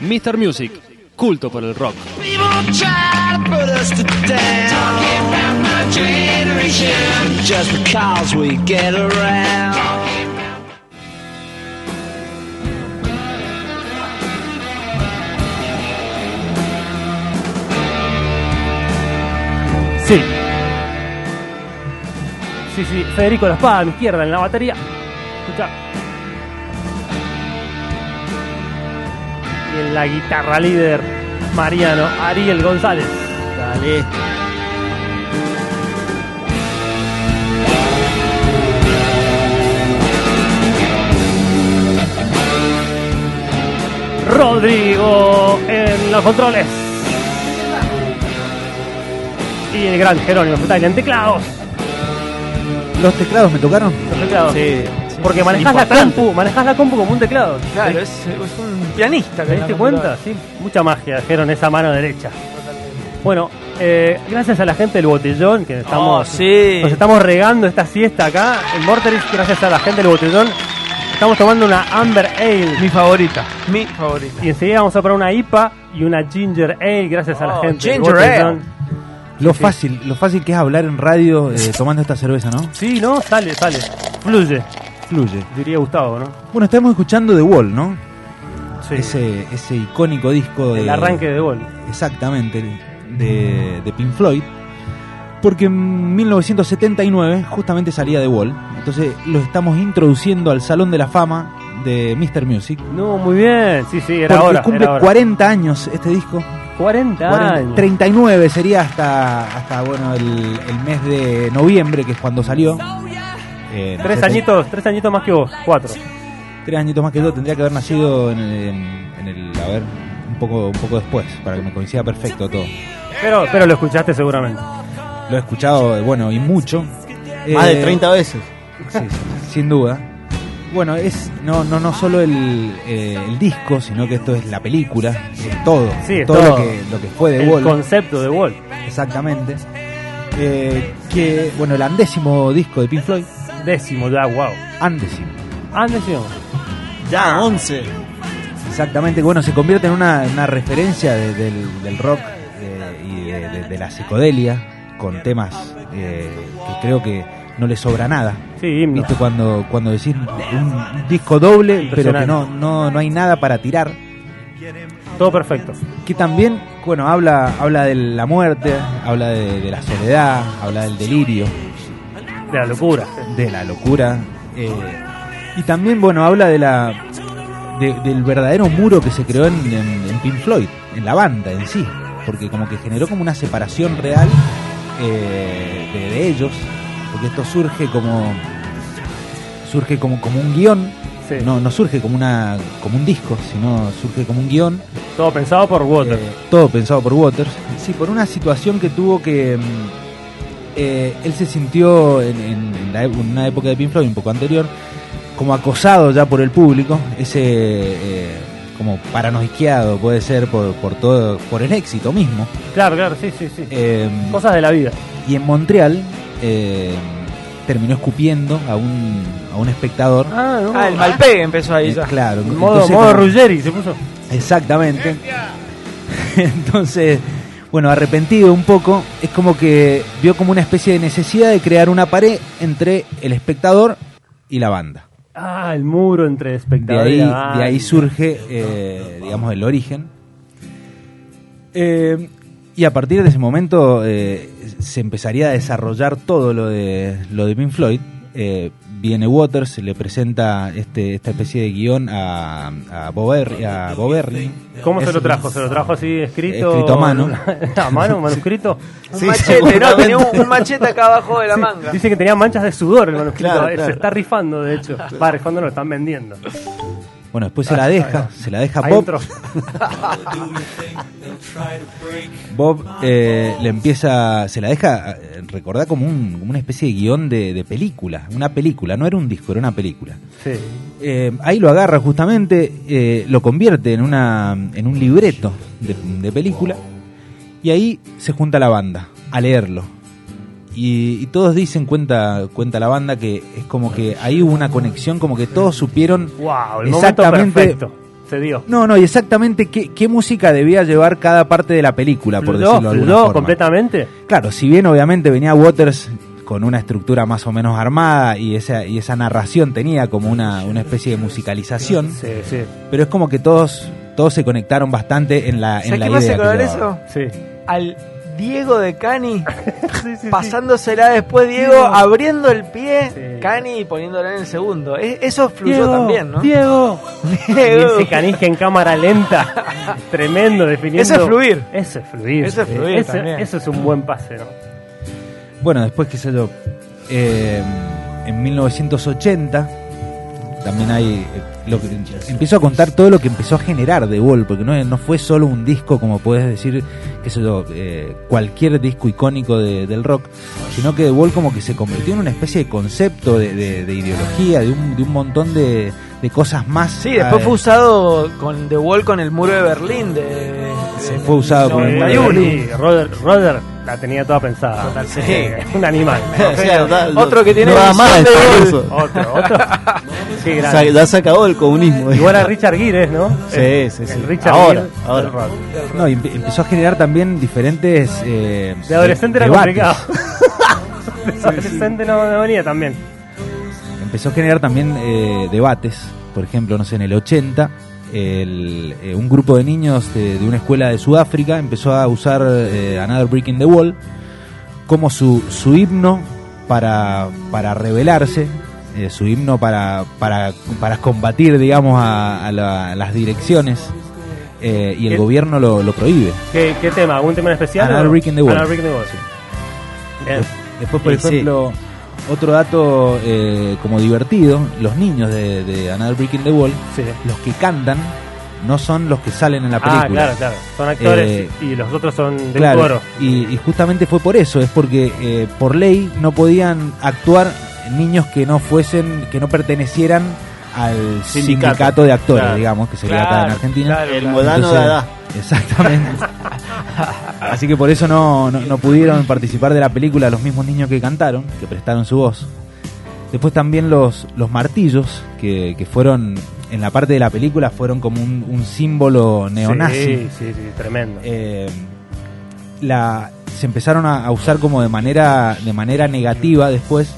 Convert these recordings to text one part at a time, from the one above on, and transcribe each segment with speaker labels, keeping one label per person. Speaker 1: Mr. Music, culto por el rock.
Speaker 2: People try to put us to down. Talking about my generation. Just because we get around.
Speaker 3: Sí. Sí, sí, Federico la espada a mi izquierda en la batería. Escucha. Y en la guitarra líder, Mariano Ariel González. Dale. Rodrigo en los controles. Y el gran Jerónimo Frutali en teclados.
Speaker 4: ¿Los teclados me tocaron?
Speaker 3: Los teclados.
Speaker 5: Sí, sí.
Speaker 3: Porque manejas la
Speaker 5: Importante.
Speaker 3: compu, manejas la compu como un teclado.
Speaker 5: Claro, es, es un pianista.
Speaker 3: ¿Te
Speaker 5: que
Speaker 3: diste
Speaker 5: la
Speaker 3: cuenta? Sí, mucha magia dijeron esa mano derecha. Bueno, eh, gracias a la gente del botellón que estamos,
Speaker 5: Oh, sí.
Speaker 3: nos estamos regando esta siesta acá en Morteris, gracias a la gente del botellón. Estamos tomando una Amber Ale
Speaker 4: Mi favorita.
Speaker 5: Mi favorita.
Speaker 3: y enseguida vamos a probar una IPA y una Ginger Ale gracias a la
Speaker 5: Oh,
Speaker 3: gente del
Speaker 5: Ginger Ale.
Speaker 3: botellón.
Speaker 4: Lo
Speaker 3: Sí.
Speaker 4: fácil, lo fácil que es hablar en radio eh, tomando esta cerveza, ¿no?
Speaker 3: Sí, ¿no? Sale, sale. Fluye,
Speaker 4: Fluye.
Speaker 3: diría Gustavo, ¿no?
Speaker 4: Bueno, estamos escuchando The Wall, ¿no?
Speaker 3: Sí.
Speaker 4: Ese, eh, ese icónico disco de...
Speaker 3: El arranque de gol.
Speaker 4: Exactamente, de, de Pink Floyd. Porque en 1979 justamente salía The Wall. Entonces lo estamos introduciendo al Salón de la Fama de Mr. Music.
Speaker 3: No, muy bien. Sí, sí, era
Speaker 4: porque
Speaker 3: ahora.
Speaker 4: cumple
Speaker 3: era ahora.
Speaker 4: 40 años este disco.
Speaker 3: 40
Speaker 4: 40,
Speaker 3: años.
Speaker 4: 39 sería hasta, hasta bueno el, el mes de noviembre, que es cuando salió. Eh, no
Speaker 3: Tres
Speaker 4: sé,
Speaker 3: añitos, tres añitos más que vos, cuatro.
Speaker 4: Tres añitos más que yo tendría que haber nacido en el, en- en el- a ver, un poco, un poco después, para que me coincida perfecto todo.
Speaker 3: Pero, pero lo escuchaste seguramente.
Speaker 4: Lo he escuchado, eh, bueno, y mucho.
Speaker 6: Más de
Speaker 4: Eh,
Speaker 6: 30 veces.
Speaker 4: sí, sí, sin duda. Bueno, es no no no solo el, eh, el disco, sino que esto es la película, es todo,
Speaker 3: Sí, es
Speaker 4: todo,
Speaker 3: todo.
Speaker 4: Lo, que, lo que fue de
Speaker 3: El
Speaker 4: Wall.
Speaker 3: concepto de Wall.
Speaker 4: Exactamente. Eh, que, bueno, el andécimo disco de Pink Floyd.
Speaker 3: Décimo ya, wow.
Speaker 4: Andécimo.
Speaker 3: Ah, décimo.
Speaker 6: Ya, 11.
Speaker 4: Exactamente. que, Bueno, se convierte en una, en una referencia de- del, del rock eh, y de, de- de la psicodelia con temas eh, que creo que no le sobra nada.
Speaker 3: Sí, himno.
Speaker 4: ¿Viste? Cuando, cuando decís un disco doble, pero que no, no, no hay nada para tirar.
Speaker 3: Todo perfecto.
Speaker 4: que también, bueno, habla, habla de la muerte, habla de, de la soledad, habla del delirio,
Speaker 3: De la locura.
Speaker 4: de la locura. eh, y también, bueno, habla de la de- del verdadero muro que se creó en, en- en Pink Floyd, en la banda en sí, porque como que generó como una separación real eh, de, de ellos, porque esto surge como surge como, como un guión,
Speaker 3: Sí.
Speaker 4: no, no surge como una como un disco, sino surge como un guión
Speaker 3: Todo pensado por Water.
Speaker 4: eh, todo pensado por Waters. Sí, por una situación que tuvo que. mm, eh, él se sintió en, en- en la e- una época de Pink Floyd, un poco anterior, como acosado ya por el público, ese. eh, como paranoiqueado puede ser por, por todo por el éxito mismo
Speaker 3: Claro, claro, sí, sí, sí.
Speaker 4: Em,
Speaker 3: Cosas de la vida.
Speaker 4: y en Montreal em, terminó escupiendo a un, a un espectador
Speaker 3: Ah, no.
Speaker 5: Ah, el malpegue empezó ahí
Speaker 4: Eh,
Speaker 5: ya.
Speaker 4: claro
Speaker 3: Modo,
Speaker 4: entonces
Speaker 3: modo
Speaker 4: como-
Speaker 3: Ruggeri se puso.
Speaker 4: Exactamente. Entonces, bueno, arrepentido un poco, es como que vio como una especie de necesidad de crear una pared entre el espectador y la banda.
Speaker 3: Ah, el muro entre
Speaker 4: De
Speaker 3: espectadores. Ah, y
Speaker 4: ahí,
Speaker 3: la banda.
Speaker 4: de ahí surge, eh, digamos, el origen. Eh, y a partir de ese momento eh, se empezaría a desarrollar todo lo de, lo de Pink Floyd. Eh, viene Waters, le presenta este, esta especie de guión a, a Bob Erri- a Bob Erring.
Speaker 3: ¿Cómo se
Speaker 4: Es-
Speaker 3: lo trajo? ¿Se lo trajo así escrito?
Speaker 4: Escrito a mano.
Speaker 3: ¿A mano? ¿Manuscrito?
Speaker 5: Un machete, ¿no? Tenía un, un machete acá abajo de la
Speaker 3: Sí,
Speaker 5: manga.
Speaker 3: Dice que tenía manchas de sudor el manuscrito.
Speaker 6: Claro,
Speaker 3: Eh, Se
Speaker 6: claro.
Speaker 3: está rifando, de hecho. Va, rifando, lo están vendiendo.
Speaker 4: Bueno, después se la deja, se la deja
Speaker 3: Ahí
Speaker 4: Bob.
Speaker 3: entró.
Speaker 4: Bob eh, le empieza, se la deja, eh, recordá como, un- como una especie de guión de, de película, una película, no era un disco, era una película.
Speaker 3: Sí.
Speaker 4: Eh, ahí lo agarra justamente, eh, lo convierte en, una, en un libreto de, de película y ahí se junta la banda a leerlo. Y, y todos dicen, cuenta, cuenta la banda, que es como que ahí hubo una conexión, como que todos supieron
Speaker 3: Wow, el momento
Speaker 4: exactamente
Speaker 3: perfecto.
Speaker 5: se dio.
Speaker 4: No, no, y exactamente qué, qué música debía llevar cada parte de la película, por
Speaker 5: Fluyó,
Speaker 4: decirlo de alguna
Speaker 5: fluyó
Speaker 4: forma.
Speaker 5: completamente.
Speaker 4: Claro, si bien obviamente venía Waters con una estructura más o menos armada y esa, y esa narración tenía como una, una especie de musicalización,
Speaker 5: Sí, sí,
Speaker 4: pero es como que todos, todos se conectaron bastante en la, en
Speaker 7: ¿Sabes
Speaker 4: la idea.
Speaker 7: qué me hace acordar
Speaker 4: que llevaba.
Speaker 7: eso?
Speaker 5: sí.
Speaker 7: Al Diego de Cani, pasándosela después Diego, abriendo el pie,
Speaker 5: Sí.
Speaker 7: Cani y poniéndola en el segundo. E- Eso fluyó
Speaker 5: Diego,
Speaker 7: también, ¿no?
Speaker 5: Diego. Y
Speaker 7: Diego.
Speaker 5: ese canije en cámara lenta. Tremendo, definiendo.
Speaker 7: Eso es fluir.
Speaker 5: Eso es fluir.
Speaker 7: Eso es
Speaker 5: sí.
Speaker 7: fluir
Speaker 5: Eso-
Speaker 7: también.
Speaker 5: eso es un buen pase, ¿no?
Speaker 4: Bueno, después, qué sé yo, eh, en 1980 también hay... eh, Lo que, empiezo a contar todo lo que empezó a generar The Wall, porque no, es- no fue solo un disco, como puedes decir, qué sé yo, eh, cualquier disco icónico de- del rock, sino que The Wall como que se convirtió en una especie de concepto, de, de- de ideología, de un, de un montón de, de cosas más.
Speaker 7: Sí, después
Speaker 4: eh,
Speaker 7: fue usado con The Wall con el muro de Berlín. De,
Speaker 4: Se fue usado con el muro de
Speaker 7: 91.
Speaker 4: Berlín.
Speaker 5: Sí, Roder, Roder la tenía toda pensada.
Speaker 7: sí.
Speaker 5: Un animal.
Speaker 3: Sí, da-
Speaker 7: Otro que tiene
Speaker 3: no da
Speaker 7: visión
Speaker 3: más
Speaker 7: de
Speaker 3: el
Speaker 7: gol.
Speaker 3: ruso.
Speaker 5: Otro, otro. Qué
Speaker 3: O
Speaker 5: grande.
Speaker 3: sea, ya se acabó el comunismo.
Speaker 5: Igual a Richard Gere, ¿no?
Speaker 3: Sí,
Speaker 4: Eh,
Speaker 5: El-
Speaker 3: sí, sí.
Speaker 5: el Richard
Speaker 3: Ahora,
Speaker 5: Gere
Speaker 3: ahora.
Speaker 5: del rock.
Speaker 4: No, y empe- empezó a generar también diferentes. eh,
Speaker 5: De adolescente era
Speaker 4: debates.
Speaker 5: complicado. De adolescente no, no venía también.
Speaker 4: Empezó a generar también eh, debates. Por ejemplo, no sé, en el 80, el, eh, un grupo de niños de, de una escuela de Sudáfrica empezó a usar eh, Another Brick in the Wall como su, su himno para, para rebelarse. eh, su himno para, para, para combatir, digamos, a, a la- a las direcciones. eh, y el
Speaker 5: ¿Qué-
Speaker 4: gobierno lo, lo prohíbe.
Speaker 5: ¿Qué, qué tema? ¿Algún tema en especial?
Speaker 4: Another
Speaker 5: o-
Speaker 4: Brick in the Wall.
Speaker 5: Another Brick in the Wall, sí. Bien.
Speaker 4: Después, por
Speaker 5: Eh,
Speaker 3: Y sí.
Speaker 4: ejemplo, otro dato eh, como divertido, los niños de, de Another Brick in the Wall,
Speaker 5: Sí.
Speaker 4: los que cantan no son los que salen en la película.
Speaker 5: Ah, claro, claro. Son actores
Speaker 4: Eh,
Speaker 5: y los otros son del
Speaker 4: Claro,
Speaker 5: coro.
Speaker 4: Y, y justamente fue por eso, es porque eh, por ley no podían actuar niños que no fuesen, que no pertenecieran al sindicato,
Speaker 3: Sindicato.
Speaker 4: de actores,
Speaker 3: Claro.
Speaker 4: digamos, que sería acá en
Speaker 7: Claro,
Speaker 4: Argentina.
Speaker 7: claro,
Speaker 3: El
Speaker 7: claro.
Speaker 3: modano
Speaker 4: Entonces,
Speaker 3: da da.
Speaker 4: Exactamente. Así que por eso no, no, no pudieron participar de la película los mismos niños que cantaron, que prestaron su voz. Después también los, los martillos, que, que fueron, en la parte de la película, fueron como un, un símbolo neonazi.
Speaker 5: Sí, sí, sí, tremendo.
Speaker 4: Eh, la, se empezaron a, a usar como de manera, de manera negativa después.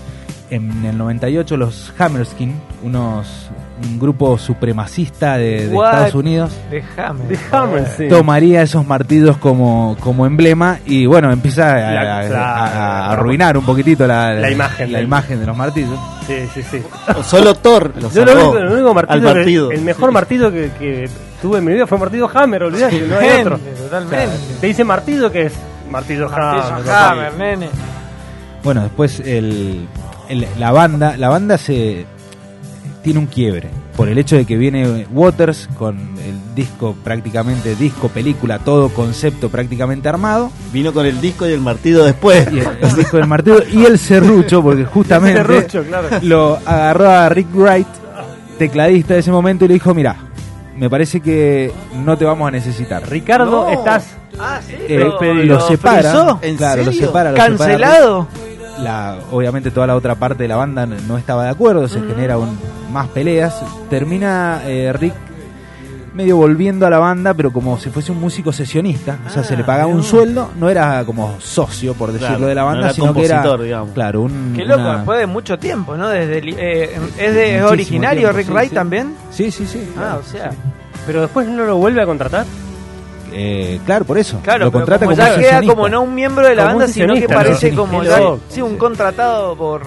Speaker 4: En el 98 los Hammerskin, unos, un grupo supremacista de- de
Speaker 7: What?
Speaker 4: Estados Unidos,
Speaker 7: Déjame.
Speaker 5: The
Speaker 4: eh,
Speaker 5: Hammer, sí.
Speaker 4: tomaría esos martillos como, como emblema y bueno, empieza a,
Speaker 5: La-
Speaker 4: a-
Speaker 5: la-
Speaker 4: a- a arruinar un poquitito la,
Speaker 5: La imagen
Speaker 4: la
Speaker 5: del-
Speaker 4: imagen de los martillos.
Speaker 5: Sí, sí, sí.
Speaker 3: Solo Thor lo
Speaker 5: Yo lo
Speaker 3: salvó
Speaker 5: único, lo único
Speaker 3: al
Speaker 5: martillo que-
Speaker 3: partido.
Speaker 5: el mejor martillo que, que tuve en mi vida fue martillo Hammer, olvidate, no hay otro.
Speaker 7: Gente, Totalmente.
Speaker 5: Te dice martillo que es martillo,
Speaker 4: Ah,
Speaker 7: Martillo
Speaker 5: Hammer. papá.
Speaker 7: Hammer, nene.
Speaker 4: Bueno, después el, el- la banda, la banda se tiene un quiebre por el hecho de que viene Waters con el disco prácticamente disco película todo concepto prácticamente armado
Speaker 3: Vino con el disco y el martillo después.
Speaker 4: y el, el disco del martillo y el serrucho porque justamente
Speaker 5: Ese rucho, claro.
Speaker 4: lo agarró a Rick Wright, tecladista de ese momento, y le dijo, mira, me parece que no te vamos a necesitar. Rick
Speaker 5: Ricardo,
Speaker 7: No.
Speaker 5: estás.
Speaker 7: Ah, sí.
Speaker 4: eh,
Speaker 7: pero-
Speaker 4: lo separa,
Speaker 7: frizó.
Speaker 3: ¿En
Speaker 4: claro, lo
Speaker 3: serio?
Speaker 4: separa, lo separa.
Speaker 7: Cancelado.
Speaker 4: La, obviamente toda la otra parte de la banda n- no estaba de acuerdo, se genera un- más peleas. Termina eh, Rick medio volviendo a la banda, pero como si fuese un músico sesionista, o sea, se le pagaba un sueldo, no era como socio, por decirlo,
Speaker 3: Ah, Claro,
Speaker 4: de la
Speaker 3: no
Speaker 4: banda,
Speaker 3: era
Speaker 4: sino que era,
Speaker 3: compositor, digamos.
Speaker 4: claro, un...
Speaker 7: Qué loco,
Speaker 4: una-
Speaker 7: después de mucho tiempo, ¿no? Desde, el- eh, ¿Es de es
Speaker 4: Mm, muchísimo
Speaker 7: originario
Speaker 4: tiempo,
Speaker 7: Rick
Speaker 4: sí,
Speaker 7: Wright
Speaker 4: sí.
Speaker 7: también?
Speaker 4: Sí, sí, sí.
Speaker 7: Ah,
Speaker 4: claro.
Speaker 7: o sea.
Speaker 5: Pero después no lo vuelve a contratar.
Speaker 4: Eh, claro, por eso.
Speaker 7: Claro,
Speaker 4: lo
Speaker 7: pero
Speaker 4: contrata
Speaker 7: como
Speaker 4: como,
Speaker 7: ya queda
Speaker 4: sesionista.
Speaker 7: como no un miembro de la
Speaker 5: Como un
Speaker 7: banda, sino que
Speaker 5: sesionista,
Speaker 7: parece
Speaker 5: pero-
Speaker 7: como
Speaker 5: Qué
Speaker 7: ya-
Speaker 5: loco.
Speaker 7: sí, un contratado por.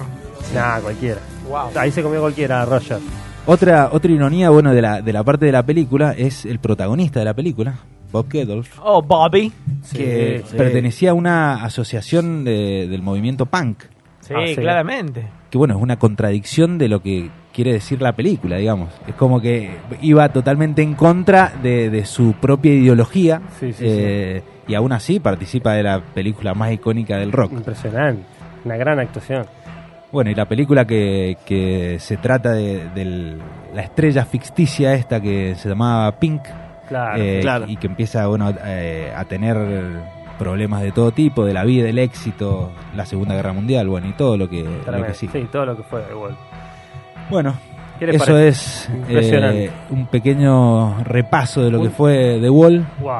Speaker 5: Nah, cualquiera.
Speaker 7: Wow.
Speaker 5: Ahí se comió cualquiera, Roger.
Speaker 4: Otra, otra ironía, bueno, de la, de la parte de la película es el protagonista de la película, Bob Geldof,
Speaker 7: Oh, Bobby.
Speaker 4: que eh,
Speaker 5: Sí, sí.
Speaker 4: pertenecía a una asociación de- del movimiento punk,
Speaker 7: Sí,
Speaker 5: Ah, sí.
Speaker 7: claramente.
Speaker 4: que bueno, es una contradicción de lo que quiere decir la película, digamos. Es como que iba totalmente en contra de, de su propia ideología
Speaker 5: Sí, sí,
Speaker 4: eh, y aún así participa de la película más icónica del rock.
Speaker 5: Impresionante. Una gran actuación.
Speaker 4: Bueno, y la película que, que se trata de, del- la estrella ficticia esta que se llamaba Pink,
Speaker 5: Claro.
Speaker 4: eh,
Speaker 3: claro.
Speaker 4: y que empieza bueno, eh, a tener problemas de todo tipo, de la vida, el éxito, la Segunda Guerra Mundial, bueno, y todo lo que, lo que
Speaker 5: Tremendo.
Speaker 4: sigue.
Speaker 5: sí, todo lo que fue de Wall.
Speaker 4: Bueno,
Speaker 5: ¿Qué les
Speaker 4: Eso
Speaker 5: parece?
Speaker 4: es eh,
Speaker 5: Impresionante.
Speaker 4: un pequeño repaso de lo que fue The Wall.
Speaker 5: Wow.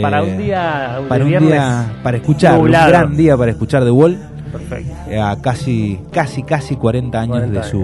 Speaker 5: Para
Speaker 4: Eh,
Speaker 5: un día de
Speaker 4: Para un
Speaker 5: viernes
Speaker 4: día para escuchar,
Speaker 5: nublado.
Speaker 4: un gran día para escuchar The Wall
Speaker 5: Perfecto.
Speaker 4: eh, a casi, casi, casi 40 años
Speaker 5: 40
Speaker 4: de su